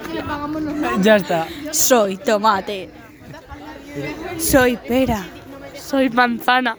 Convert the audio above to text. Que le pagamos nosotros. Ya está. Soy tomate. Soy pera. Soy manzana.